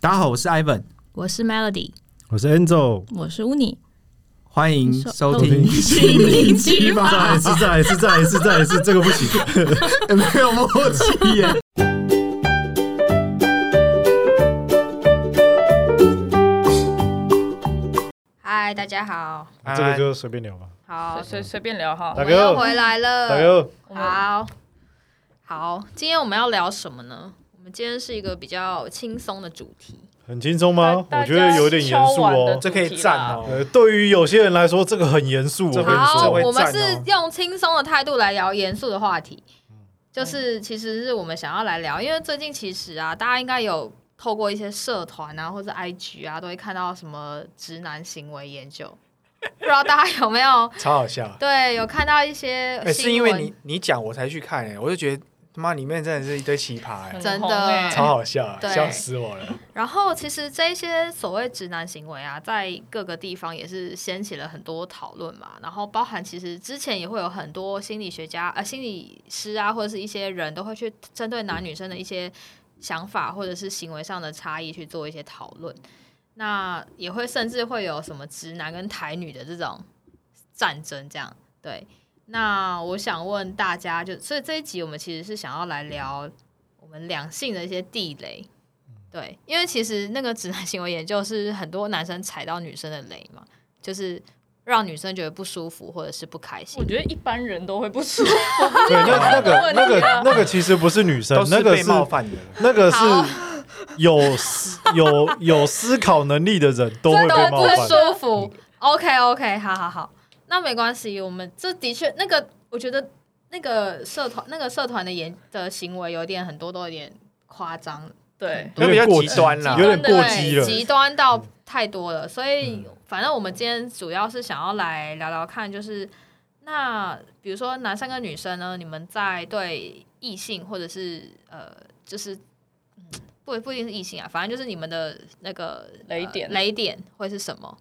大家好，我是 Ivan，我是 Melody，我是 Angel，我是 Uni，欢迎收听收听哦心灵奇再来一次，再来一次，再来一次，再来一次，这个不行。没有默契耶。嗨，大家好，啊这个就随便聊吧。好，随随便聊哈我大。们哥又回来大了。哥，我们好，好，今天我们要聊什么呢？我们今天是一个比较轻松的主题。很轻松吗？我觉得有点严肃哦。这这可以赞哦呃，对于有些人来说，这个很严肃哦。这会好，这我会赞们哦是用轻松的态度来聊严肃的话题，就是嗯其实是我们想要来聊，因为最近其实啊，大家应该有透过一些社团啊，或者 IG 啊，都会看到什么直男行为研究，不知道大家有没有超好笑。对有看到一些哎、呃新闻？是因为你你讲我才去看哎、我就觉得他妈里面真的是一堆奇葩哎、很真的红欸超好笑、啊，对笑死我了。然后，其实这些所谓直男行为啊，在各个地方也是掀起了很多讨论嘛。然后，包含其实之前也会有很多心理学家、呃心理师啊，或者是一些人都会去针对男女生的一些想法或者是行为上的差异去做一些讨论。那也会甚至会有什么直男跟台女的这种战争，这样对。那我想问大家就，所以这一集我们其实是想要来聊我们两性的一些地雷。对，因为其实那个直男行为研究是很多男生踩到女生的雷嘛，就是让女生觉得不舒服或者是不开心我。觉得一般人都会不舒服，对，那那个问题那啊个那个其实不是女生都，那是个被是冒犯的，那个是好有思有有思考能力的人都会真被的冒不犯。嗯舒服。OK OK，好好好，那没关系，我们这的确那个，我觉得那个社团那个社团的言的行为有点很多都有点夸张，对，有那比点较过极端啦。有点对过激了。嗯极端到太多了。所以反正我们今天主要是想要来聊聊看，就是那比如说男生跟女生呢，你们在对异性或者是呃，就是。嗯不不一定是异性啊，反正就是你们的那个呃雷点雷点会是什么？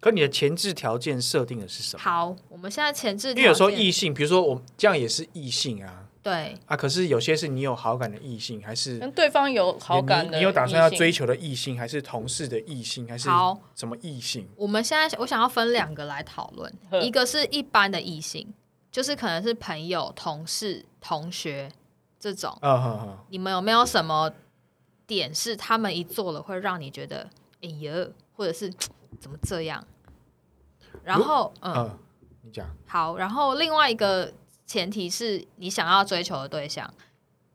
可你的前置条件设定的是什么？好，我们现在前置条因件，为有时候异性，比如说我这样也是异性啊对啊，可是有些是你有好感的异性，还是跟对方有嗯好感你的，你有打算要追？求的异性，还是同事的异性，还是好，什么异性？我们现在我想要分两个来讨论，呵一个是一般的异性，就是可能是朋友、同事、同学这种，啊哈哈，你们有没有什么点是他们一做了会让你觉得哎呀，或者是怎么这样？然后嗯，嗯，你讲好，然后另外一个前提是你想要追求的对象，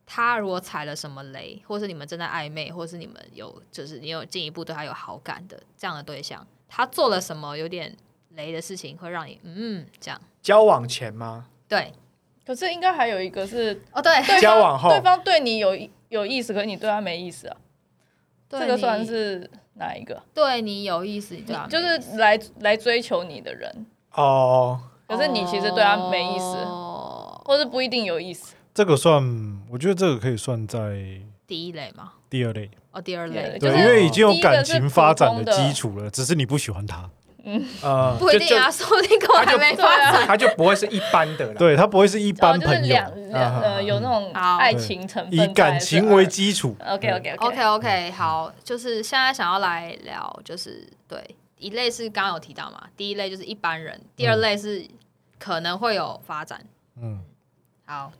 他如果踩了什么雷，或是你们正在暧昧，或是你们有就是你有进一步对他有好感的这样的对象，他做了什么有点雷的事情，会让你嗯这样交往前吗？对可是应该还有一个是哦对，对方交往后对方对你有有意思，可是你对他没意思啊。对这个你算是哪一个？对你有意思，对吧？就是来来追求你的人，哦，可是你其实对他没意思，哦或是不一定有意思。这个算，我觉得这个可以算在第一类嘛，第二类，哦第二类对就对，是因为已经第有一个感是情普发展通的的基础了，只是你不喜欢他。呃，不一定啊，就，说不定跟我还没啊发展。就他就不会是一般的啦。对他不会是一然后哦般就是朋友，嗯两两啊呃有那种好爱情成分在以的，感情为基础。 OK OK OK OK，好，就是现在想要来聊，就是对一类是刚刚有提到嘛，第一类就是一般人，第二类是可能会有发展。嗯，好，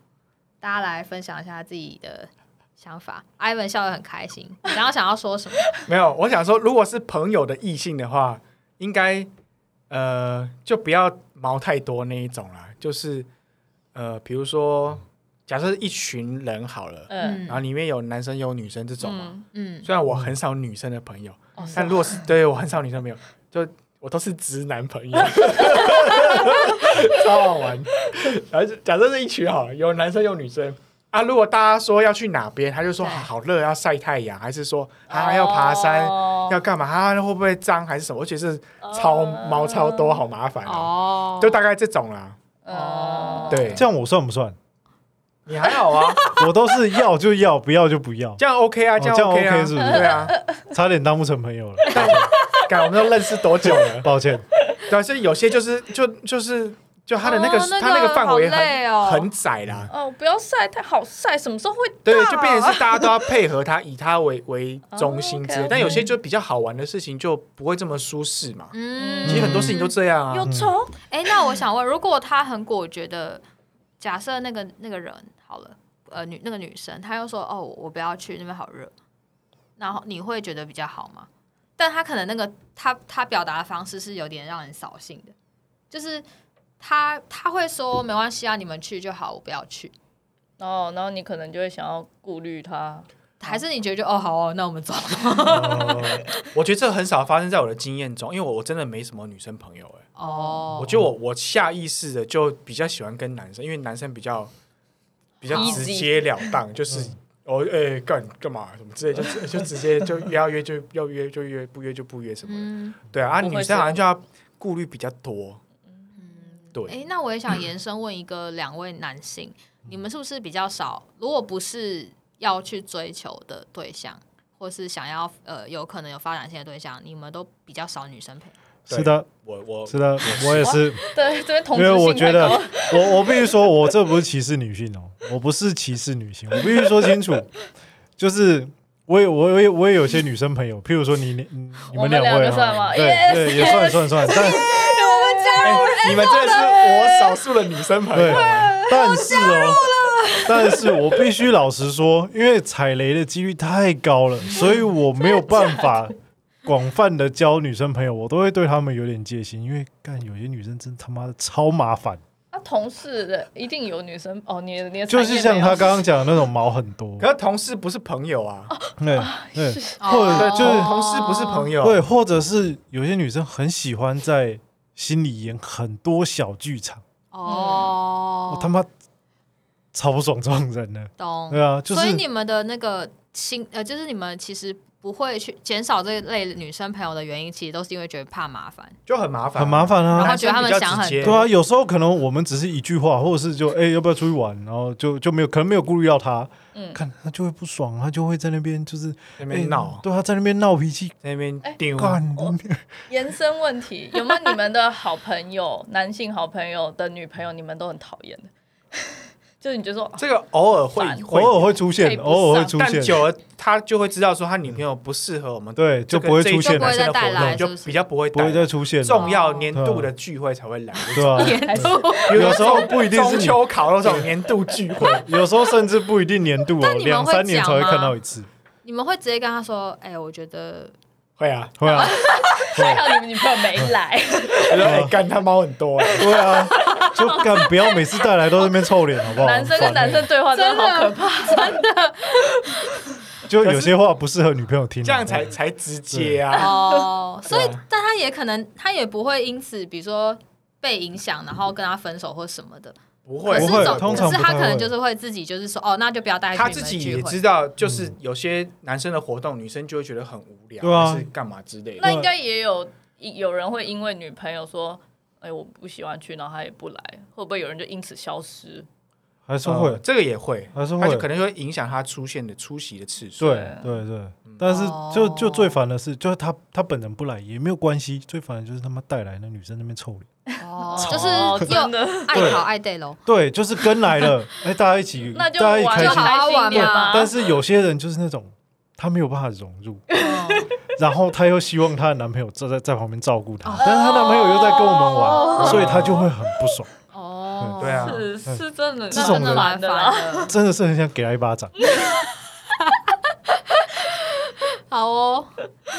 大家来分享一下自己的想法。Ivan 笑得很开心，你刚刚想要说什么？没有，我想说，如果是朋友的异性的话，应该呃就不要毛太多那一种啦。就是呃，比如说，假设一群人好了，嗯然后里面有男生有女生这种嘛。嗯，嗯，虽然我很少女生的朋友，哦是但啊如果是对我很少女生朋友，就我都是直男朋友， 超好玩。然后就假设是一群好了，有男生有女生。啊，如果大家说要去哪边，他就说、对啊好热，要晒太阳，还是说啊要爬山，哦要干嘛？啊，会不会脏还是什么？而且是超哦毛超多，好麻烦哦。 哦，就大概这种啦。哦，对，这样我算不算？你还好啊， 我都是要就要，不要就不要，这样 OK 啊，哦样 OK 这啊，样 OK 是不是对啊，差点当不成朋友了，但我干我们都认识多久了？ 抱歉。对啊，所以有些就是就就是就他的那个、哦那个他那个范围好累很、哦很窄啦。哦，不要晒太好晒，什么时候会啊对，哦大就变成是大家都要配合他，以他为为中心之类。哦，OK，OK 但有些就比较好玩的事情就不会这么舒适嘛。嗯，其实很多事情都这样啊。有虫？哎、那我想问，如果他很果决的，假设那个那个人好了，呃，女那个女生，她又说哦，我不要去那边好热，然后你会觉得比较好吗？但她可能那个她她表达的方式是有点让人扫兴的，就是她她会说没关系啊，你们去就好，我不要去。哦，然后你可能就会想要顾虑他，还是你觉得就哦好哦，那我们走。 我觉得这很少发生在我的经验中，因为我我真的没什么女生朋友哎、哦，我觉得我我下意识的就比较喜欢跟男生，因为男生比较比较 Easy 直截了当，就是哦哎干干嘛什么之类，就直就直接就约要约就要约就约，不约就不约什么的。嗯，对啊，啊不女会是生好像就要顾虑比较多。对，哎、那我也想延伸问一个两位男性，你们是不是比较少？如果不是要去追求的对象，或是想要呃有可能有发展性的对象，你们都比较少女生陪。对是的，我我是的，我也是， 对这边 同因质为我性觉太得 高。我我必须说，我这不是歧视女性哦，我不是歧视女性，我必须说清楚，就是我也我也我也有些女生朋友，譬如说你你你我们两两位个算啊，吗对 Yes，对，也算 yes 算 算，但哎你们真的是我少数的女生朋对友。，欸但是哦，但是我必须老实说，因为踩雷的几率太高了，所以我没有办法广泛的交女生朋友，我都会对她们有点戒心，因为干有些女生真他妈的超麻烦，他啊同事的一定有女生哦，你的你的就产业是像没有她刚刚讲的那种毛很 多，可是同事不是朋友啊，对对，或哦者就是同事不是朋友。对，或者是有些女生很喜欢在心里演很多小剧场，嗯我哦，他妈超不爽这种人的，懂。对啊，就所以是你们的那个心呃，就是你们其实不会去减少这一类女生朋友的原因，其实都是因为觉得怕麻烦。就很麻烦，很麻。烦啊，然后觉得他们想很对啊，有时候可能我们只是一句话，或者是 就哎、要不要出去玩，然后就就没有可能没有顾虑到他，嗯看他就会不爽，他就会在那边就是在哎那边闹，啊对，他在那边闹脾气，在那边哎丢。干哦我延伸问题，有没有你们的好朋友，男性好朋友的女朋友，你们都很讨厌的？ 就是你就说，这个偶尔会烦会偶尔哦会出配现，不上偶尔会出但现，久了他就会知道说他女朋友不适合我们，对，这就个不会这一出现就不了会，再这个带来活动就是不是比较不会不会带再来出现了，重要哦年度的聚会才会来。对啊吧、哦还是比如有时说候不一定是中你秋烤肉这种年度聚会， 有时候甚至不一定年度哦但，你们两会三年才会讲吗看到一次，你们会直接跟他说：“哎、我觉得会啊，会啊，还好你们女朋友没 来，就说哎干他猫很多 啊，对啊，就干不要每次带来都在那边臭脸，好哦不好？男生跟很烦男欸生对话真的好可怕。就有些话不适合女朋友听啊，这样才才直接啊。哦，所以对啊但他也可能，他也不会因此，比如说被影响，然后跟他分手或什么的。不会可是不会总，通常可是他不太可会能就是会自己就是说，哦，那就不要带他去自你们己聚也会知道，就是有些男生的活动，女生就会觉得很无聊，嗯对啊还是干嘛之类那的。应该也有有人会因为女朋友说，哎，我不喜欢去，然后他也不来，会不会有人就因此消失？还是呃会，这个也会，还是他就会可，能会影响他出现的出席的次数。对对对，嗯但是哦就就最烦的是，就是他他本人不来也没有关系，最烦的就是他妈带来那女生那边臭脸。哦，吵就是真的又爱考爱 day 喽。对，就是跟来了，哎，大家一起， 那大就家一起玩开就心好。啊开心一点嘛。但是有些人就是那种他没有办法融 入，然后他又希望她的男朋友在在在旁边照顾她，但是她男朋友又在跟我们玩，所以她就会很不爽，哦，对啊，是是真的，这那种真的蛮人蛮的烦啦。的。真的是很想给她一巴掌。好哦，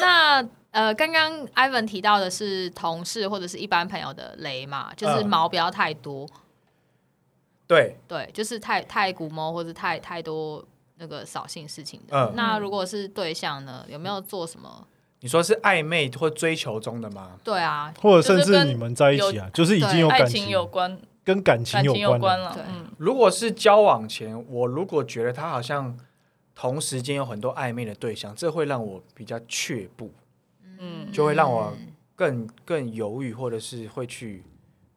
那呃，刚刚 Ivan 提到的是同事或者是一般朋友的雷嘛，就是嗯毛不要太多，对，对，就是太太古猫或者太太多那个扫兴事情的。嗯那如果是对象呢，有没有做什么？你说是暧昧或追求中的吗？对啊，或者甚至你们在一起啊，就是已经有爱感情情，有关，跟感情感有情有关关的，了对。嗯，如果是交往前，我如果觉得他好像同时间有很多暧昧的对象，这会让我比较却步，嗯就会让我更更犹豫，或者是会去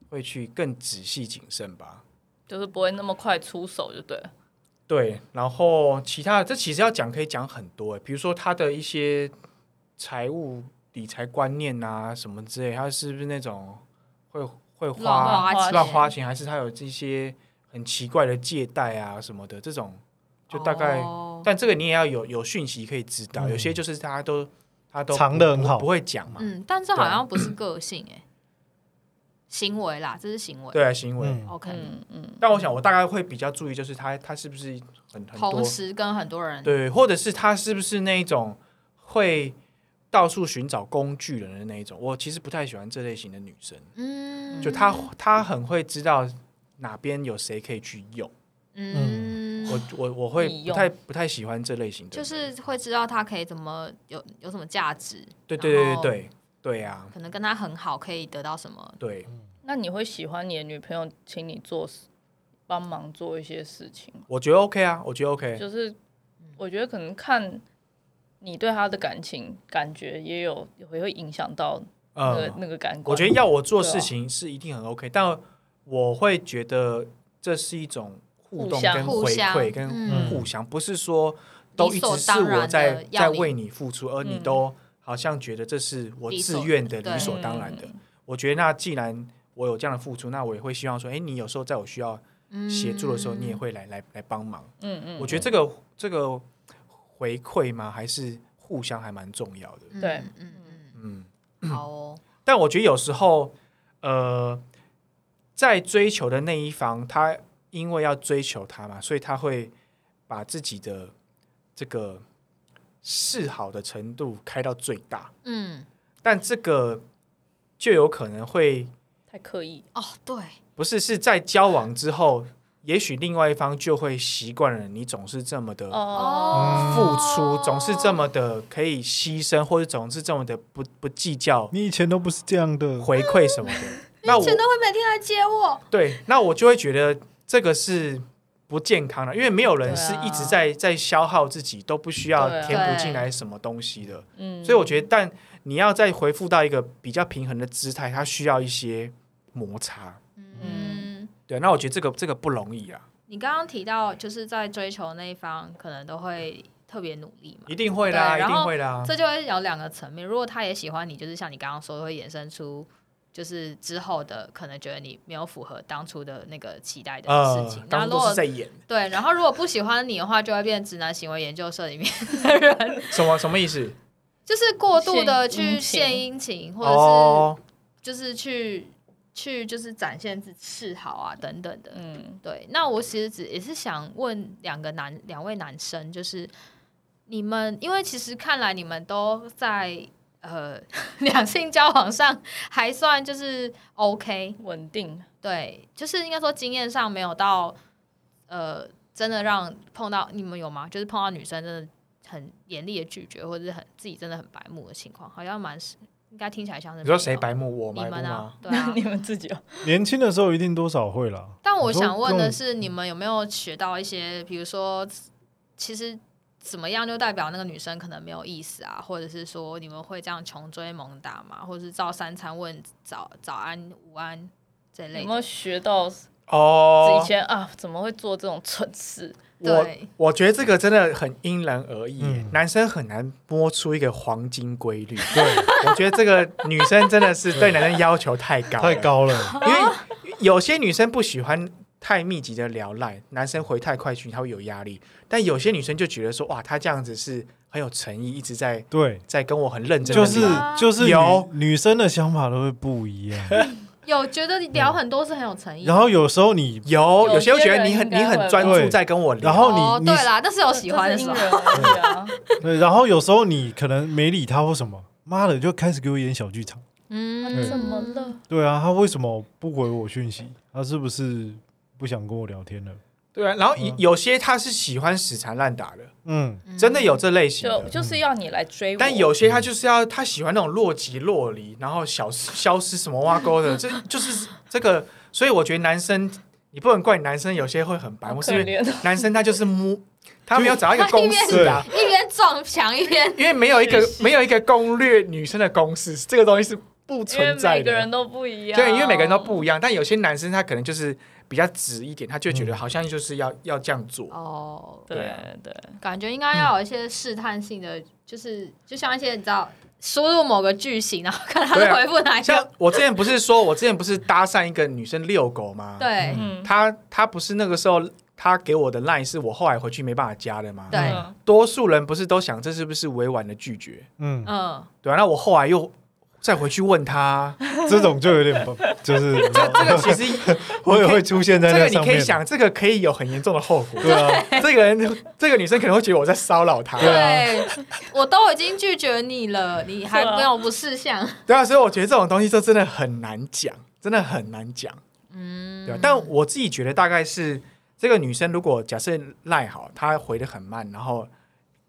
会去更仔细谨慎吧。就是不会那么快出手，就对了。对，然后其他的这其实要讲可以讲很多，欸比如说他的一些财务理财观念啊什么之类，他是不是那种会会乱花花钱钱乱花钱，还是他有这些很奇怪的借贷啊什么的，这种就大概。哦但这个你也要有有讯息可以知道，嗯有些就是大家都他都藏得很不好不会讲嘛。嗯，但这啊好像不是个性哎、行为啦，这是行为。对啊，行为。嗯 OK，、嗯嗯，但我想我大概会比较注意，就是他他是不是很很多同时跟很多人对，或者是他是不是那一种会到处寻找工具人的那一种？我其实不太喜欢这类型的女生，嗯，就她她很会知道哪边有谁可以去用，嗯，我我我会利不用太不太喜欢这类型的就人，是会知道他可以怎么有有什么价值，对对对然对后对对啊，可能跟他很好，可以得到什么？对，那你会喜欢你的女朋友请你做事，帮忙做一些事情吗？我觉得 OK 啊，我觉得 OK，就是我觉得可能看你对她的感情感觉也有也会影响到那个、嗯，呃那个感官。我觉得要我做对啊事情是一定很 OK，、但我会觉得这是一种互动互相跟互回相馈跟嗯互相，不是说都一理所直是当然我的在要在你为你付出，而你嗯都好像觉得这是我理自所愿的、理对嗯所当然的。我觉得那既然我有这样的付出，那我也会希望说，哎，你有时候在我需要嗯协助的时候，你也会来来来帮忙。嗯嗯，我觉得这个这个回馈吗，还是互相还蛮重要的。嗯对嗯嗯嗯。嗯，好哦，但我觉得有时候，呃，在追求的那一方，他因为要追求他嘛，所以他会把自己的这个示好的程度开到最大，嗯，但这个就有可能会太刻意，哦，对，不是是在交往之后，也许另外一方就会习惯了你总是这么的哦，付出，总是这么的可以牺牲，或者总是这么的不不计较你以前都不是这样的，回馈什么的。那我以前都会每天来接我，对，那我就会觉得这个是不健康的，因为没有啊人是一直在、在消耗自己，都不需要对啊填补进来什么东西的。嗯，所以我觉得，但你要再回复到一个比较平衡的姿态，它需要一些摩擦。嗯。对，啊那我觉得这个这个不容易啊，你刚刚提到，就是在追求那一方，可能都会特别努力嘛。一定会啦，一对然后定会啦。这就会有两个层面。如果他也喜欢你，就是像你刚刚说，会衍生出就是之后的可能觉得你没有符合当初的那个期待的事情。然呃当时后哦如都果是在 演，对，然后如果不喜欢你的话，就会变直男行为研究社里面的人，什么什么意思？就是过度的去献献殷勤，或者哦，是就是去去就是展现自己示好啊等等的。嗯，对，那我其实只也是想问两个男两位男生，就是你们，因为其实看来你们都在呃 两性交往上还算就是 OK，稳定，，对，就是应该说经验上没有到呃真的让碰到你们有吗？就是碰到女生真的很严厉的拒绝，或者是很自己真的很白目的情况，好像蛮是应该听起来像是你说没谁有白目？我你白目们啊吗？，对啊你们自己哦，年轻的时候一定多少会啦。 但我想问的你是，你们有没有学到一些，比如说，其实怎么样就代表那个女生可能没有意思啊，或者是说你们会这样穷追猛打嘛，或者是照三餐问早早安、午安这类有没有的？学到哦以，前啊？怎么会做这种蠢事？我对，我觉得这个真的很因人而异耶，嗯男生很难摸出一个黄金规律。对，我觉得这个女生真的是对男生要求太高，太，高了， 因为有些女生不喜欢太密集的聊赖，男生回太快讯她会有压力，但有些女生就觉得说，哇，她这样子是很有诚意，一直在对，在跟我很认真地就聊，是就是女有女生的想法都会不一样，有觉得聊很多是很有诚意的。然后有时候你，有有有些会觉些得人你很应该你会很专对注在跟我聊，然后你哦，你对啦，但是有我喜欢的时候，啊，对然后有时候你可能没理他或什么，妈的就开始给我演小剧场。嗯，他怎么？了？对啊，他为什么不回我讯息？他是不是不想跟我聊天了？对啊，然后有嗯有些她是喜欢死缠烂打的，嗯，真的有这类型的就。就是要你来追我，但有些他就是要他喜欢那种若即若离，然后小消失什么挖沟的，这就是这个。所以我觉得男生你不能怪男生，有些会很白好目，可是因为怜哦，男生他就是摸，他没有找到一个公式啊，一边撞墙一边因为没有一个是是没有一个攻略女生的公式，这个东西是不因为存在每个人的。都不一样，对，因为每个人都不一样，但有些男生他可能就是比较直一点，他就觉得好像就是要要这样做。哦，对对，啊感觉应该要有一些试探性的，就是就像一些你知道输入某个句型，然后看他对的啊回复哪一像个。我之前不是说，我之前不是搭讪一个女生遛狗吗？，对嗯，她她不是那个时候她给我的 line 是我后来回去没办法加的吗？对啊嗯多数人不是都想这是不是委婉的拒绝？嗯，嗯，对啊，那我后来又再回去问 她，这种就有点 不就是你知道这个其实我也会出 现在这那个你上可以面，想，这个可以有很严重的后果。对啊，这个人，这个女生可能会觉得我在骚扰她。对啊我都已经拒绝你了，你还对啊没有不识相。对啊，所以我觉得这种东西就真的很难讲，真的很难讲。嗯，对、啊，但我自己觉得大概是这个女生，如果假设赖好，她回的很慢，然后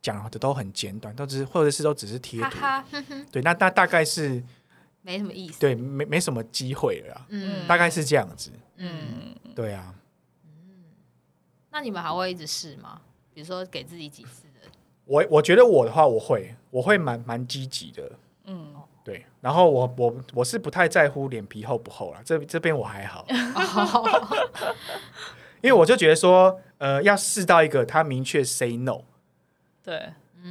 讲的都很简短，都只是或者是都只是贴 哈图，哈，哼哼对，那那大概是没什么意思。对没没什么机会了啦、嗯大概是这样子。嗯，对啊，那你们还会一直试吗？比如说给自己几 次的？我我觉得我的话，我会我会蛮蛮积极的，嗯，对。然后我我我是不太在乎脸皮厚不厚啦，这这边我还好，哦因为我就觉得说，呃，要试到一个他明确 say no，对，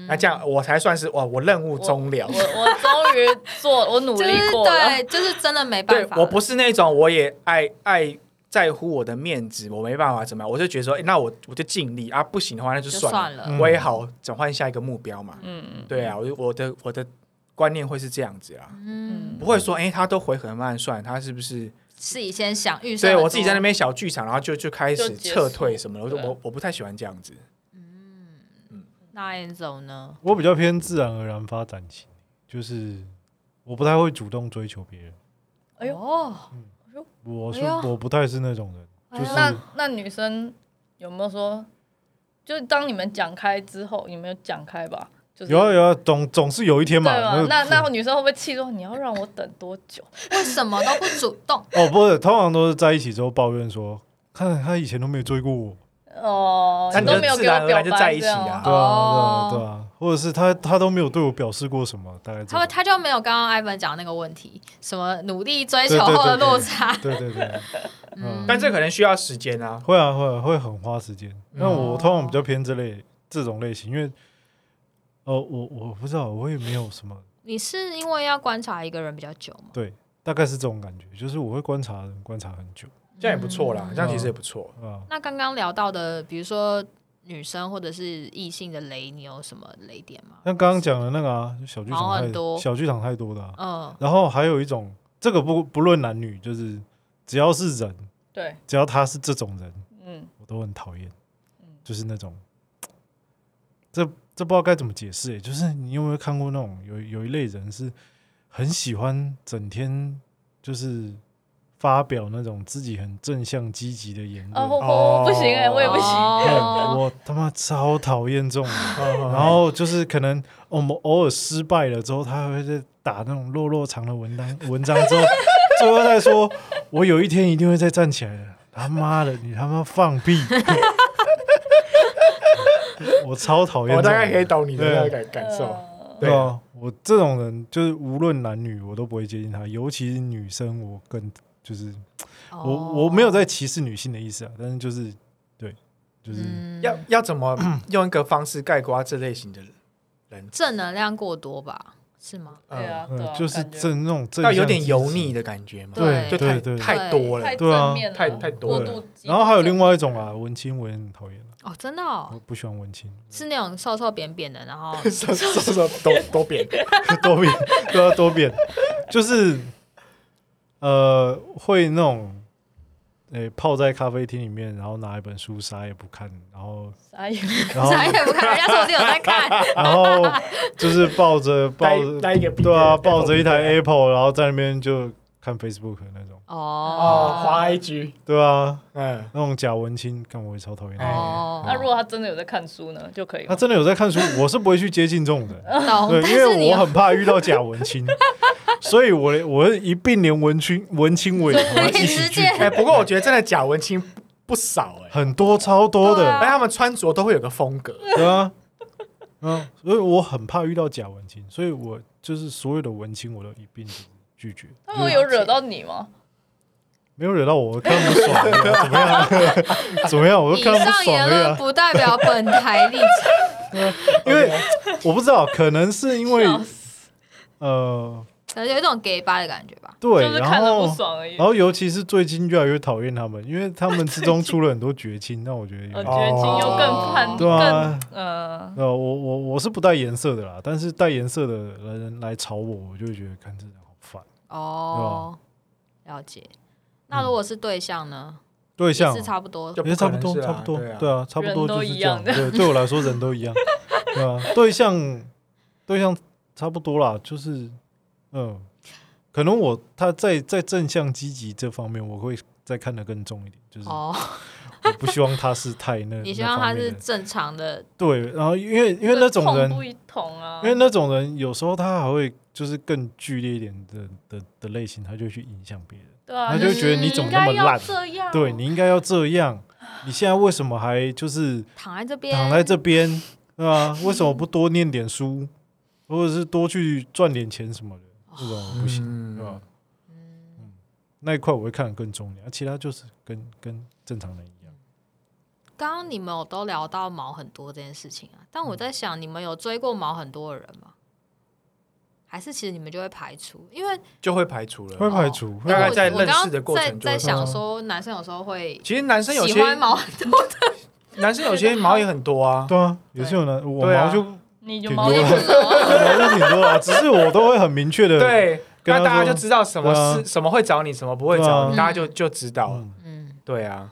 那这样我才算是哇，我任务终了嗯我。我终于做， 我努就力是过了，对，就是真的没对办法了。我不是那种我也爱爱在乎我的面子，我没办法怎么样，我就觉得说，诶那我我就尽力啊，不行的话那就就算了，算了。嗯我也好转换下一个目标嘛。嗯，对啊，我就我的我的观念会是这样子啊，嗯，不会说，诶，他都回很慢，算了他是不是？自己先想预算所以很多。我自己在那边小剧场，然后就就开始就结束撤退什么的，我就对我我不太喜欢这样子。那 N 总呢？我比较偏自然而然发展型，就是我不太会主动追求别人，哎呦哦，我是、哎呦我不太是那种人，就是哎那那女生有没有说，就是当你们讲开之后，你们有讲开吧？就是有啊有啊，总总是有一天对嘛，吧？那个那女生会不会气说你要让我等多久？为什么都不主 动？ 哦，不是，通常都是在一起之后抱怨说，看他以前都没有追过我，哦，那你你都就没有自给我然而表然就在白一这起样啊对啊哦对啊对啊，或者是他他都没有对我表示过什么，大概这他会样。他就没有刚刚 Ivan 讲的那个问题，什么努力追求对对后的对落差。对 对对，嗯，但这可能需要时间啊。会啊会啊会很花时间。那我哦通常比较偏这类这种类型，因为呃我我不知道，我也没有什么你是因为要观察一个人比较久吗？对，大概是这种感觉，就是我会观察人观察很久这样也不错啦，这样其实也不错。啊。那刚刚聊到的，比如说女生或者是异性的雷，你有什么雷点吗？像刚刚讲的那个啊，小剧毛场很太多小剧场太多的啊。嗯，然后还有一种，这个不不论男女，就是只要是人，对，只要他是这种人，嗯，我都很讨厌嗯，就是那种，这这不知道该怎么解释、欸，就是你有没有看过那种有有一类人是很喜欢整天就是发表那种自己很正向积极的言哦，我论，我我不行哎，我也不行，嗯哦，我他妈超讨厌这种 人。然然后就是可能我们偶尔失败了之后，他还会再打那种落落长的文章，文章之 后，最后再说我有一天一定会再站起来的。他妈的，你他妈放 屁！我超讨厌我这种哦大人，概可以懂你的那个感感嗯受。受对对啊啊，我这种人就是无论男女，我都不会接近他，尤其是女生，我更就是 哦我我没有在歧视女性的意思啊，但是就是对，就是、嗯要要怎 么用一个方式概括这类型的人？正能量过多吧？是吗？对啊，嗯对啊，就是感觉正那种正要向有点积极油腻的感觉嘛，对就太对对太多了太，对啊正面了，太太多过了度激然后还有另动外一种啊，文青我也很讨厌啊哦，真的哦，我不喜欢文青， 是那种瘦瘦扁扁的，然后 什什么都都变。多变都要多变，就是呃会那种诶、泡在咖啡厅里面，然后拿一本书啥也不看，然后啥也 然后啥也不看，人家说我有在 看，然后就是抱着抱着来一个 B 对的啊，抱着一台 Apple Apple，然后在那边就看 Facebook 的那种，哦，哦滑 IG，对啊，嗯，那种假文青，看我也超讨厌的。哦嗯那如果他真的有在看书呢，就可以吗他。真的有在看书，我是不会去接近这种人。 懂，哦对，但因是你为我很怕遇到假文青，所以我我一并连文青文青我也同一起直去接，哎，不过我觉得真的假文青不不少哎，很多超多对的，啊而且他们穿着都会有个风格，对啊，嗯，所以我很怕遇到假文青，所以我就是所有的文青我都一并拒绝，他们有惹到你吗？没有惹到我，我看他们爽而已啊怎么样？怎么样？我以就看他们上爽言了论呀，不代表本台立场。因为我不知道，可能是因为笑死呃，可能有一种 gay 吧的感觉吧。对，就是然看着不后爽而已。然后尤其是最近越来越讨厌他们，因为他们之 中出了很多绝亲，那我觉得哦有我点觉得金呃又更判哦对啊更呃，呃，我我我是不带颜色的啦，但是带颜色的人来吵我，我就会觉得看这人好烦。哦，了解。那如果是对象呢？啊对也象是差不多就。也差不不多，可能是啊差不多，对啊对啊，差不多人就都是一这样。样的对，对我来说人都一样，对啊，对象对象差不多啦，就是嗯，可能我他在在正向积极这方面，我会再看得更重一点，就是哦，我不希望他是太那， 你希那望方他面是的正常的对，然后因为因为那种人痛不一同啊，因为那种人有时候他还会就是更剧烈一点的的的类型，他就会去影响别人。对啊，他就就会觉得你怎么那么烂这样对你应该要这样，你现在为什么还就是躺在这边，躺在这边，对吧、为什么不多念点书，或者是多去赚点钱什么的？这种不行，对吧嗯，？嗯，那一块我会看得更重一点，啊其他就是跟跟正常人一样。刚刚你们有都聊到毛很多这件事情啊，嗯但我在想，你们有追过毛很多的人吗？还是其实你们就会排除？因为哦就会排除了会。排除，会因为大我概排我在刚刚认识的过程就在在会想说，男生有时候会其实男生有喜些欢毛很多，男生有些毛也很多啊，对啊，也是有呢，我对啊毛就你就挺毛多也的很多，毛就挺多啊，只是我都会很明确的，对，跟他那大家说就知道什么对啊是什么会找你，什么不会找对你，啊大家就就知道了。嗯，嗯，对啊，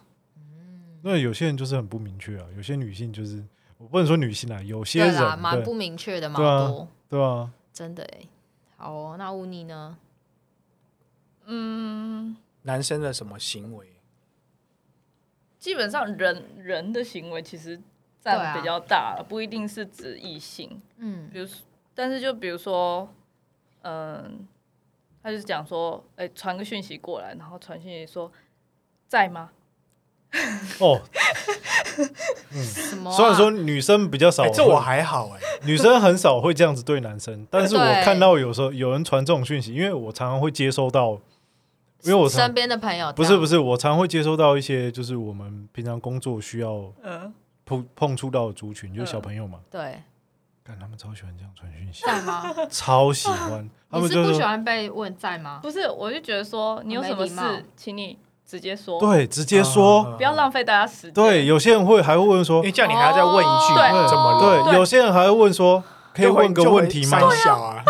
那有些人就是很不明确啊，有些女性就是我不能说女性啊，有些对人啦，蛮对不明确的毛对啊多，对啊，真的哎。好哦，那乌尼呢？嗯，男生的什么行为？基本上人人的行为其实对啊占比较大了，不一定是指异性。嗯比如说，但是就比如说，嗯，他就是讲说，哎、传个讯息过来，然后传讯息说在吗？哦，什么啊、虽然说女生比较少哎，会，这我还好哎，女生很少会这样子对男生，但是我对看到有时候有人传这种讯息，因为我常常会接收到，因为我常身边的朋友不是不是，是，我常会接收到一些就是我们平常工作需要嗯，碰碰触到的族群，就是嗯小朋友嘛，对，看他们超喜欢这样传讯息，在吗？超喜 欢，他你们是就不喜说欢被问在吗？不是，我就觉得说你有什哦么没礼貌事，请你直接说，对，嗯直接说，不要浪费大家时间。对，，有些人会还会问说啊因为，这样你还要再问一句哦怎么了？哎对，有些人还会问说，可以就会问个就会问题吗？三小啊，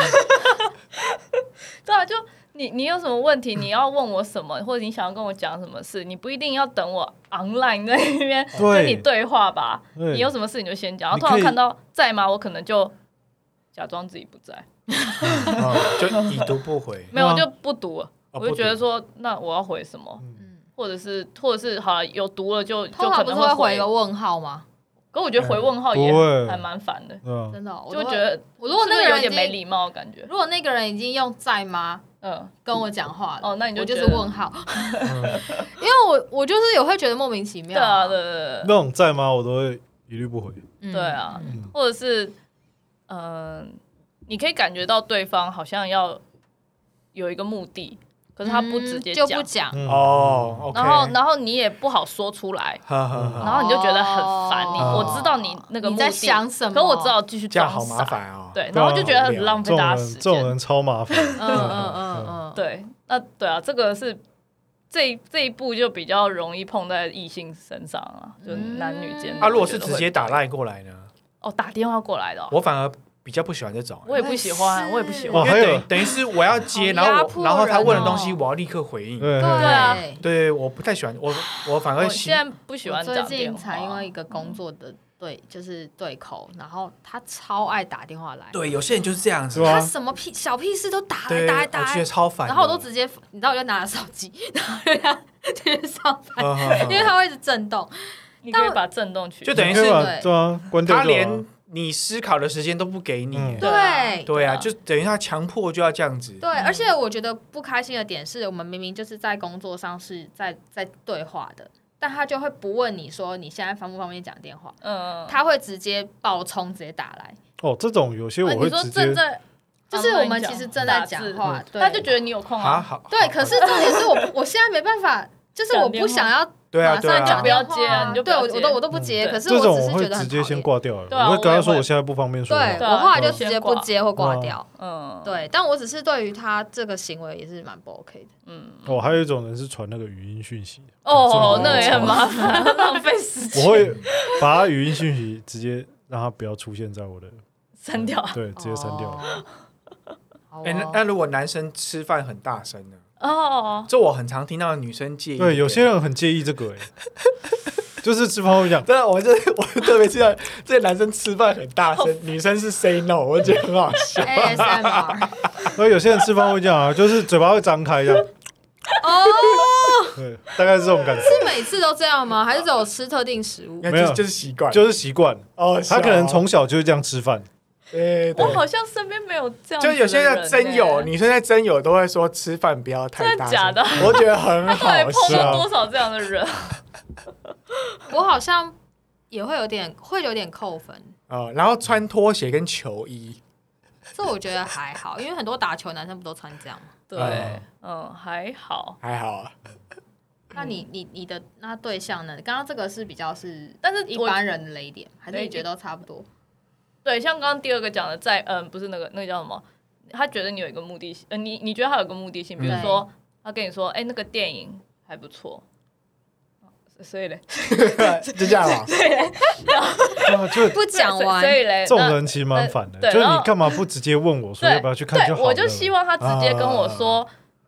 对啊，就你你有什么问题，你要问我什么，或者你想要跟我讲什么事，你不一定要等我 online 在那边对跟你对话吧。对你有什么事你就先讲，然你后通可常以看到在吗，我可能就假装自己不在，啊 嗯就已读不回。没有啊我就不读了。哦我就觉得不读说，那我要回什么，嗯，或者是或者是好了，有读了就就通常可不是能会回哦一回个。问号吗？可我觉得回问号也不会还蛮烦的，对啊真的哦、我就都会觉得我如果那个是不是有人已点经没礼貌的感觉。如果那个人已经用在吗嗯，跟我讲话了，哦那你就我就是觉得问号， 因为我我就是也会觉得莫名其对妙、啊，对对对那种在吗？我都会一律不回。嗯对啊，嗯或者是嗯、呃你可以感觉到对方好像要有一个目的，可是他不直接嗯讲，就不讲，嗯哦，OK，然后然后你也不好说出来，呵呵呵嗯然后你就觉得很烦。你哦我知道你那个目你的，在想什么？可我知，道继续这样装好麻傻，烦哦。对，对啊然后就觉得很浪这费种大家人时这种间。人超麻烦。嗯嗯嗯嗯，对，那对啊，这个是。这这一步就比较容易碰在异性身上啊，就是嗯男女间的。啊，如果我觉是得直会接打赖过来呢，哦打电话过来的哦，我反而比较不喜欢这种，我也不喜欢，啊我也不喜哦欢。因还为有等于等于是我要哦接，然好压后迫我然后他问人哦的东西我要立刻回应。对对啊对，我不太喜欢，我我反哦而我喜现在不喜我欢最讲电近话嗯才因为一个工作的对，就是对口，然后他超爱打电话来，对有些人就是这样子对，啊他什么屁小屁事都打来对，啊打来我打觉来得，超烦的。然后我都直接，你知道我就拿着手机， 然后就这样继续上班，呵呵呵因为它会一直震动。你可以把震动取消就等于你可以是把对啊，关掉就他好了连你思考的时间都不给你嗯耶。对啊对对啊，对就等于他强迫就要这样子。对，啊而且我觉得不开心的点是我们明明就是在工作上是在在对话的，但他就会不问你说你现在方不方便讲电话，嗯，他会直接爆冲直接打来，哦，这种有些我呃会你说直正接在，就是我们其实正在讲话，对他就觉得你有空啊，啊，好，对，可是重点是我不我现在没办法，就是我讲电不话想要对啊，马对上啊就就不要接啊你就不对要我接我都我都不接，嗯可是这我种只我是会觉得直很接讨先厌挂掉了，对啊我会跟他说我也会我现在不方便说话。对对啊我后来就我直先接不挂接或挂嗯掉。嗯，，对，但我只是对于他这个行为也是蛮不 OK 的。嗯，哦，还有一种人是传那个语音讯息，哦，那个也很麻烦，浪费时间，我会把他语音讯息直接让他不要出现在我的，删掉。 对，直接删掉。哦。好哎、那哦那如果男生吃饭很大声呢？哦，这我很常听到女生介意。对，有些人很介意这个、欸， 就是吃饭会讲，真的，啊 我这我特别知道，这男生吃饭很大哦声，女生是 say no，我觉得很好笑。 ASMR 而有些人吃饭会这样啊，就是嘴巴会张开这样， 哦，对，大概是这种感觉，是每次都这样吗？还是只有吃特定食物？应该没有就是就是习惯，就是习惯。哦，他可能从小就是这样吃饭，对我对，好像身边没有这样子就的人欸，欸有些人真有女生在真有都会说吃饭不要太真大的声，假的？ 我觉得 很到底好碰是啊笑。到多少这样的人？我好像也会有点会有点扣分，哦，然后穿拖鞋跟球衣，这我觉得还好，因为很多打球男生不都穿这样吗？ 对，嗯，还好。还好啊。 那你你你的那对象呢？刚刚这个是比较是，但是我一般人的雷点，还是你觉得都差不多？对，像刚刚第二个讲的，在嗯，不是那个那个叫什么？他觉得你有一个目的性，呃，你你觉得他有一个目的性，比如嗯说他跟你说，哎，那个电影还不错，所以嘞， 就这样吧。啊，就 不讲完所以嘞，这种那人其实蛮烦的。对就是然你后干嘛不直接问我说对要不要去看就对，好了？啊我就希望他直接跟我说，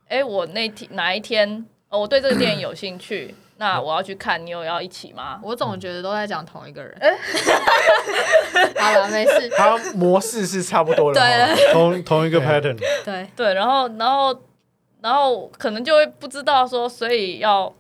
哎、我那天哪一天、哦，我对这个电影有兴趣，那我要去看，你有要一起吗？我总觉得都在讲同一个人。 好了，没事。他模式是差不多了哦，对同同一个 pattern，对，对，然后然后然后可能就会不知道说，所以要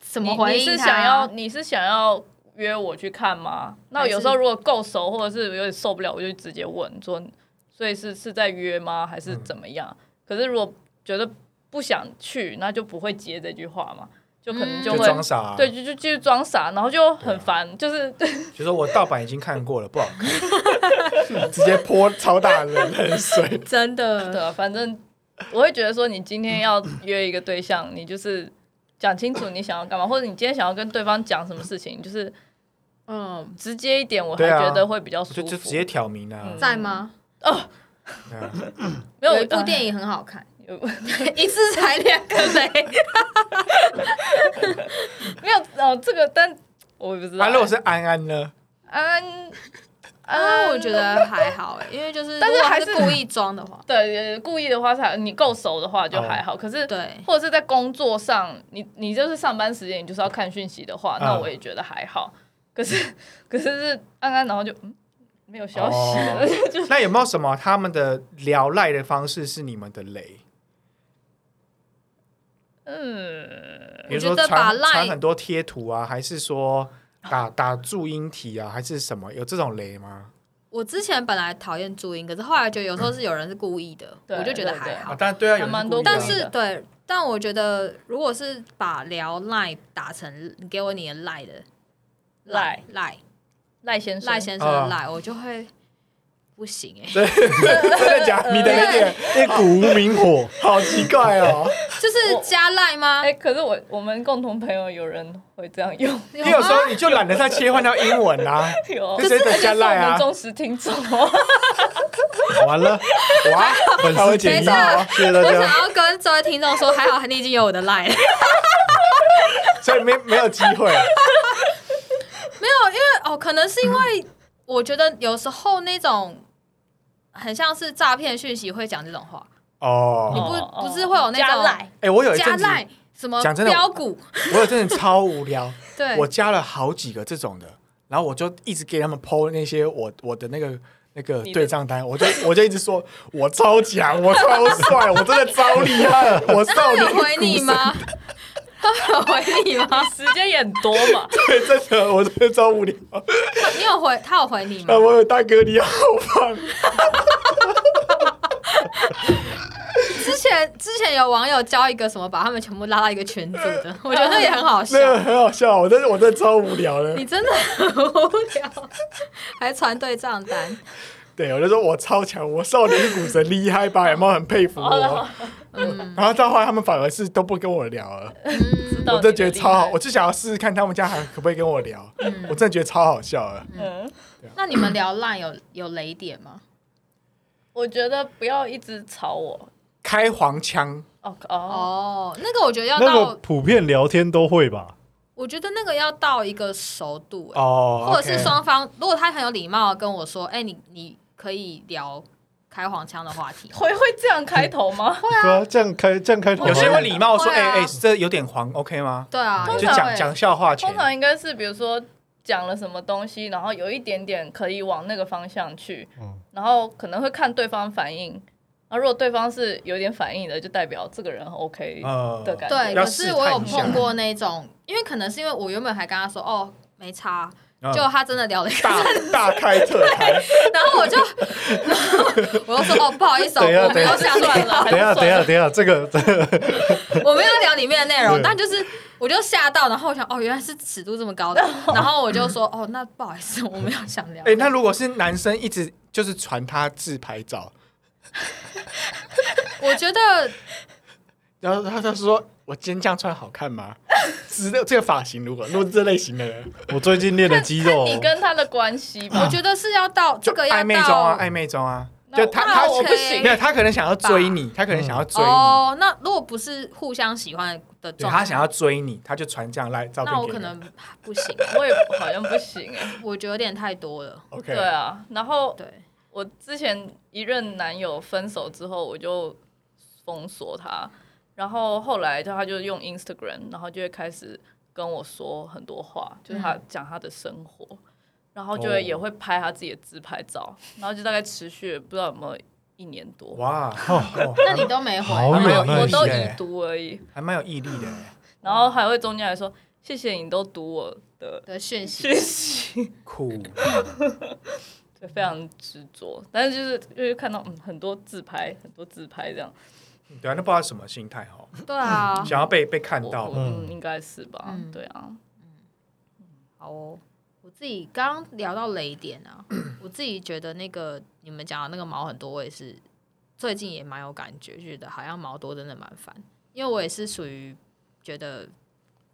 怎你么回你应是他想要你是想要约我去看吗？那有时候如果够熟，或者是有点受不了，我就直接问说，所以是是在约吗？还嗯是怎么样？可是如果觉得不想去，那就不会接这句话嘛，就可能嗯就就会装傻。啊对，，就就继续装傻，然后就很烦，就是对就说我盗版已经看过了，不好看，直接泼超大的冷 水。真的，的，反正我会觉得说，你今天要约一个对象，你就是讲清楚你想要干嘛，或者你今天想要跟对方讲什么事情，就是嗯，直接一点，我还对啊觉得会比较舒就服。就直接挑明啊嗯，在吗？对啊没有呃一部电影，影很好看， 有一次才两个雷。没有哦，这个但我也不知道。啊，如果是安安呢？嗯啊，嗯，我觉得还好哎，因为就是，但是如果还他是是故意装的话，对呃故意的话是还，你够熟的话就还好，可是。对，或者是在工作上，你你就是上班时间，你就是要看讯息的话，那我也觉得还好。可是可是是安安，然后就嗯没有消息， 哦那有没有什么他们的聊赖的方式是你们的雷？嗯，比如说我觉得把传赖啊传很多贴图啊，还是说打打注音题啊，还是什么？有这种雷吗？我之前本来讨厌注音，可是后来觉得有时候是有人是故意的，对我就觉得对还好啊，。但对啊，还有人蛮故多意的啊但 故意是的对，但我觉得如果是把聊赖打成你给我你的赖的赖赖赖先生，赖先生的啊赖，我就会不行哎，真真的假呃的？你的雷点一股无名火， 好奇怪哦！就是加赖吗哎、？可是我我们共同朋友有人会这样用，你你有时候你就懒得再切换到英文啊，有， 就直接等是加我赖啊们忠实听众，完了，哇，粉好丝减一，等一哦下谢谢大我想家。要跟这位听众说，还好你已经有我的赖了。所以没没有机会。没有，因为哦，可能是因为我觉得有时候那种很像是诈骗讯息会讲这种话，你哦，不哦不是会有那种加 赖哎、我有一加阵子，赖什么讲真的标股，我有阵子超无 聊，对，我加了好几个这种的，然后我就一直给他们 PO 那些我我的那个那个你的对账单，我就我就一直说我超强，我超帅，我真的超厉 害，我那他少们年有回你吗？ 他们有回你吗？时间也很多嘛，对，真的我真的超无聊。 你有回他有回你吗那？我有大哥你好棒，之前之前有网友教一个什么，把他们全部拉到一个群组的，我觉得那也很好笑那。个很好笑，我真的我真的超无聊的你。真的很无聊，还传对账单，对，我就说我超强，我少年股神厉害吧？有没有很佩服我？然后到后来他们反而是都不跟我聊了，知 道我真你的的觉得厉超好，害我就想要试试看他们家还可不可以跟我聊，我真的觉得超好笑的。嗯，那你们聊烂有有雷点吗？我觉得不要一直吵我。开黄腔，哦哦，哦，那个我觉得要那个到，普遍聊天都会吧？我觉得那个要到一个熟度、欸，哦或者是双方，如果他很有礼貌地跟我说，哎、你你可以聊开黄腔的话题，会会这样开头 吗？对啊，这样开这样开头哦有些会礼貌说，会啊哎哎，这有点黄，OK 吗？对啊，通就常讲会讲笑话前通，常应该是比如说讲了什么东西，然后有一点点可以往那个方向去，嗯然后可能会看对方反应。那如果对方是有点反应的，就代表这个人很 OK 呃的感觉。对，要可试是我有探一下碰过那种，因为可能是因为我原本还跟他说哦没差，嗯就他真的聊了一个，大 大开特 开， 然后我就， 我就说哦不好意思哦，等一下我没有等一下想啊算了等一下，等一下，等一下，这个 这个我没有聊里面的内容对，但就是我就吓到，然后我想哦原来是尺度这么高的， 然后我就说哦那不好意思，我没有想聊。哎，那如果是男生一直就是传他自拍照，我觉得然后他他说我今天这样穿好看 吗？之类这个发型，如果如果这类型的人，我最近练的肌看哦肉，哦你跟他的关系啊吧。我觉得是要到这个就要暧昧中啊，到暧昧中啊，那就他那他我不行没有他可能想要追你，他可能想要追你，哦，那如果不是互相喜欢的对状态，他想要追你，他就传这样来照片那给我你可能不行， 我也好像不行哎、我觉得有点太多了， OK，对啊，然后对。我之前一任男友分手之后，我就封锁他，然后后来他就用 Instagram，然后就会开始跟我说很多话，就是他讲他的生活，然后嗯就哦会也会拍他自己的自拍照，然后就大概持续了不知道有没有一年多，哇，哦那你都没回，好有蛮有欸耐我毅力都心，已耶读而已，还蛮有毅力的耶。然后还会中间还说谢谢你都读我的的讯息讯息。酷，对，非常执着，但是就是就是看到嗯很多自拍，很多自拍这样，对啊，那不知道什么心态哦， 对 啊，想要被被看我到我嘛。嗯嗯应该是吧，嗯对啊，好哦。我自己刚刚聊到雷点啊， 我自己觉得那个你们讲的那个毛很多，我也是最近也蛮有感觉，觉得好像毛多真的蛮烦，因为我也是属于觉得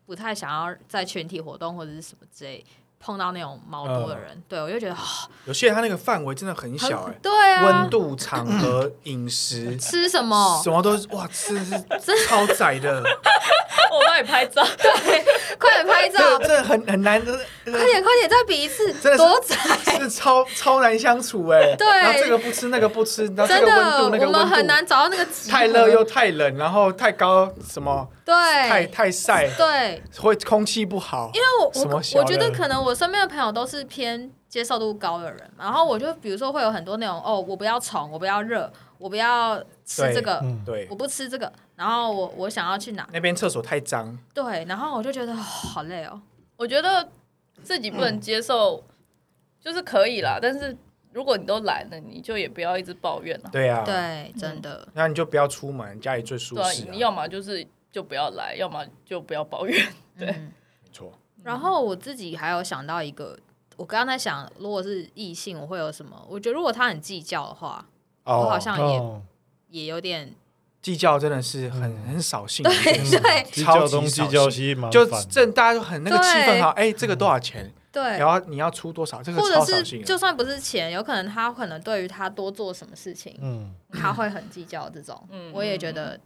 不太想要在群体活动或者是什么之类碰到那种毛多的人，对我就觉得、哦、有些人他那个范围真的很呃小哎，对啊哦温，度、场合、饮食，吃什么什么都是哇，真 的是超窄的，我帮你拍照， 快点拍照这，这很很难，真快点快点再比一次真的，是多窄。是超超难相处哎。对然后这个不吃那个不吃，然后这真个温的，度那个我们很温度，难找到那个集合太热又太冷，然后太高什么，太对太晒，对，会空气不好。因为我什么我小我觉得人可能我身边的朋友都是偏接受度高的人，然后我就比如说会有很多那种哦，我不要虫，我不要热，我不要吃对这个，嗯，对我，不吃这个，然后我我想要去哪？那边厕所太脏，对，然后我就觉得、哦好累哦，我觉得自己不嗯能接受，就是可以啦，但是如果你都来了，你就也不要一直抱怨了，对啊，对，真的，那你就不要出门，家里最舒对啊，适啊。你要么就是就不要来，要么就不要抱怨， 对嗯没错，然后我自己还有想到一个，我刚刚在想，如果是异性，我会有什么？我觉得如果他很计较的话，我好像也、哦，也 有点计较真的是很很扫兴的一件事，对对计超较级东扫计兴较西，蛮就烦的正大家就很那个气氛对哈，哎，这个多少钱？对然，后你要出多少？这个或者超扫啊是兴的。就算不是钱，有可能他可能对于他多做什么事情，嗯，他会很计较这种，嗯我也觉得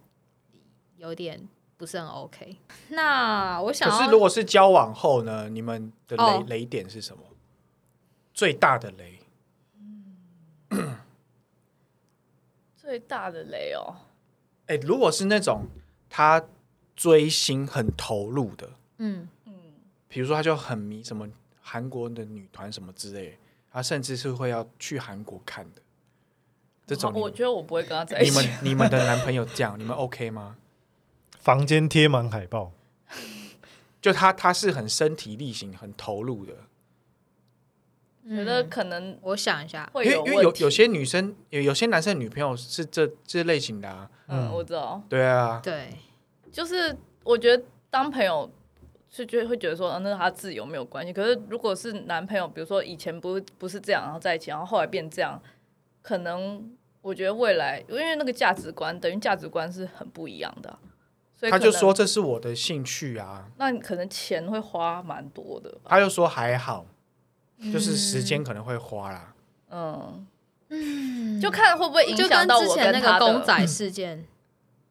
有点不是很 OK。那我想可要，是如果是交往后呢？你们的雷、哦雷点是什么？最大的雷？最大的雷哦，哎，如果是那种他追星很投入的，嗯，嗯，比如说他就很迷什么韩国的女团什么之类的，他甚至是会要去韩国看的。这种哦我觉得我不会跟他在一你起， 们你们的男朋友这样，你们 OK 吗？房间贴满海报，就他他是很身体力行、很投入的，觉得可能我想一下，会因为有因为有问题有些女生有有些男生的女朋友是这这类型的啊，嗯，我知道。对啊， 对，就是我觉得当朋友是觉得会觉得说，啊、那他自由没有关系。可是如果是男朋友，比如说以前不不是这样，然后在一起，然后后来变这样，可能我我觉得未来，因为那个价值观等于价值观是很不一样的啊、所以他可就能说这是我的兴趣啊，那你可能钱会花蛮多的吧，他就说还好，就是时间可能会花啦。嗯，嗯，就看会不会影就响到之我前那他个的公仔事件嗯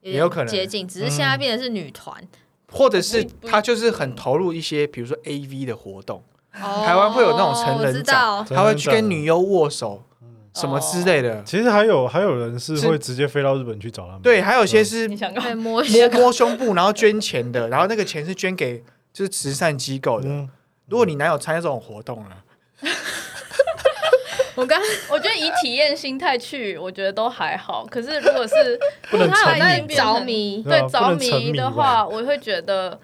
也有可能嗯接近，只是现在变成是女团。或者是不不他就是很投入一些，比如说 A V 的活动，哦台湾会有那种成我人知展道真的他会去假的跟女优握手，什么之类的。其实还有还有人是是会直接飞到日本去找他们，对，，还有些是你想被干嘛？ 摸摸摸胸部，然后捐钱的，然后那个钱是捐给就是慈善机构的。嗯，如果你男友参加这种活动啊了，我刚我觉得以体验心态去，我觉得都还好。可是如果是不能沉他已经，迷变着成迷，对啊对不着能沉迷的吧话，啊我会觉得，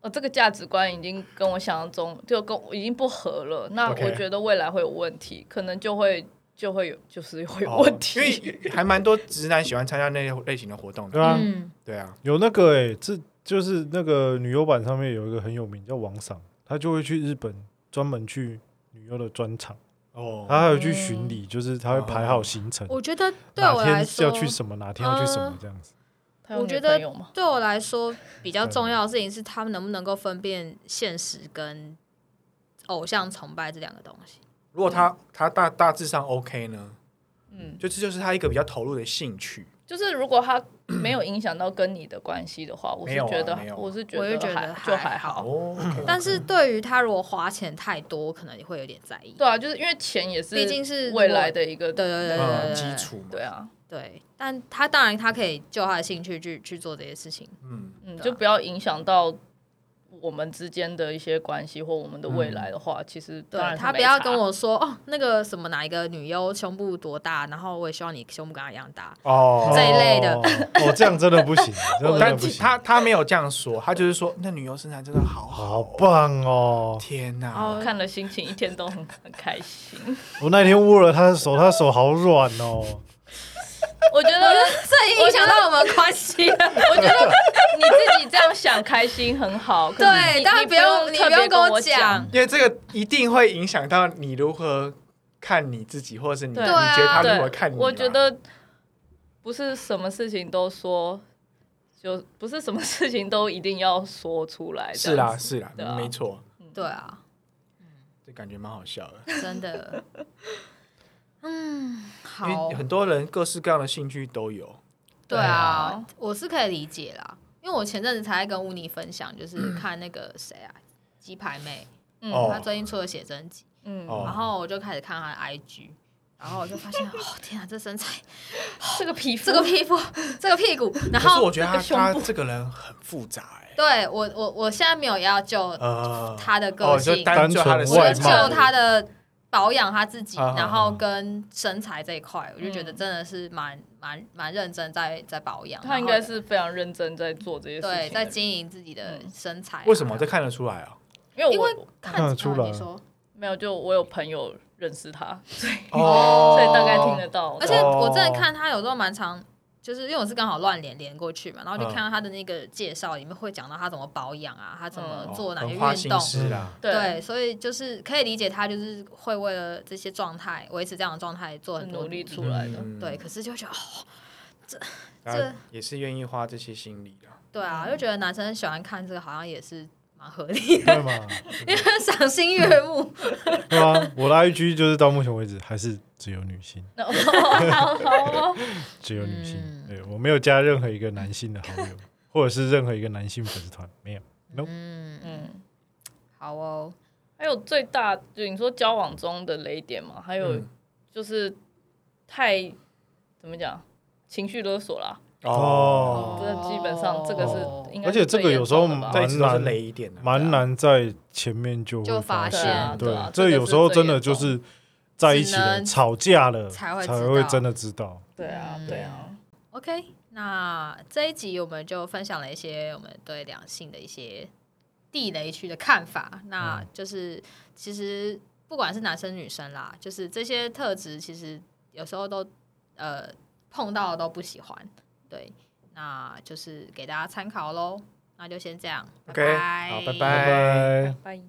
呃，这个价值观已经跟我想象中就跟我已经不合了。那 OK 我觉得未来会有问题，可能就会就会有就是会有哦问题。因 为还蛮多直男喜欢参加那些类型的活动的。对啊，嗯，对啊，有那个哎，这就是那个女优版上面有一个很有名叫王赏，他就会去日本专门去女优的专场，他哦，还有去巡礼，就是他会排好行程，我觉得嗯哦对我哪来天说嗯要去什么，哪天要去什么这样子。他有我觉女得朋友吗？对我来说比较重要的事情是，他们能不能够分辨现实跟偶像崇拜这两个东西。如果他他大大致上 OK 呢，嗯，就这就是他一个比较投入的兴趣。就是如果他没有影响到跟你的关系的话，我是没有啊觉得没有啊我是觉我也得觉得还还就还好好。哦，但是对于他如果花钱太多，我可能也会有点在意。对啊，就是因为钱也是毕竟是未来的一个啊对对哦对对嗯，对基对础嘛，对啊，对，但他当然他可以就他的兴趣去去做这些事情。嗯，嗯，对啊就不要影响到我们之间的一些关系或我们的嗯未来的话，其实对当然是他没不要差啊跟我说哦，那个什么哪一个女优胸部多大，然后我也希望你胸部跟她一样大。哦这一类的哦，哦，这样真的 不行，这样真的但不行，他他没有这样说，他就是说那女优身材真的好好，好棒哦！天哪！哦看了心情一天都很很 开心。我那天握了他的手，他的手好软哦。我觉得， 这影响到我们关系啊了。 我觉得你自己这样想开心很好。可是对你当然你不不用你特不别用跟跟我讲讲。因为这个一定会影响到你如何看你自己，或者是你你对啊觉得他如何对看，你吧。我觉得不是什么事情都说，就不是什么事情都一定要说出来。是这样啦，子是啦对啊，没错，对啊，这感觉蛮好笑的。真的。 嗯，因好为，很多人各式各样的兴趣都有，对对啊啊，我是可以理解啦，因为我前阵子才在跟乌尼分享，就是看那个谁啊，鸡排妹，嗯哦她最近出了写真集，嗯，哦然后我就开始看她的 IG，然后我就发 现，哦天啊，这身材，这个皮肤，这个皮 肤，这个屁股，然可是后我觉得这他个胸他部这个人很复杂哎，对我我我现在没有要就呃，她的个哦，就性，单就他的单外纯我外就貌貌，就她的保养她自己，好好好然后跟身材这一块，我就觉得嗯真的是蛮蛮蛮认真在在保养，他应然后该是非常认真在做这些事情的对人。在经营自己的嗯身材啊。为什么这看得出来啊？因为因我为看看得出来哦你说，没有，就我有朋友认识他，所以、哦所以大概听得到。而且我真的看他有时候蛮常，就是因为我是刚好乱连连过去嘛，然后就看到他的那个介绍里面会讲到他怎么保养啊，他怎么嗯做哪些哦很运花心动，思啦，对对，所以就是可以理解他就是会为了这些状态维持这样的状态做很多努力出来，来的。嗯对，，可是就觉得哦，他也是愿意花这些心力的。对啊，就觉得男生喜欢看这个好像也是蛮合理的， 对嘛？因为赏心悦目。对啊，我的 IG 就是到目前为止还是只有女 性，哦那好好哦， 只有女性。嗯对我没有加任何一个男性的好友，或者是任何一个男性粉丝团，没有。嗯，嗯，好哦，还有最大就你说交往中的雷点嘛，还有嗯就是太怎么讲情绪勒索啦，哦这基本上这个哦是应该而且是这个最严有时候重的吧这一蛮直都是雷一点的，啊蛮难在前面就啊就会发对现啊，对啊这这个有时是候最真的严就重是在一起只了，能吵架了才会才知会道真的知道。对啊嗯对啊， OK，那这一集我们就分享了一些我们对两性的一些地雷区的看法。那就是其实不管是男生女生啦，就是这些特质其实有时候都呃碰到都不喜欢。对，那就是给大家参考喽。那就先这样 OK，拜拜好，拜拜拜拜。拜。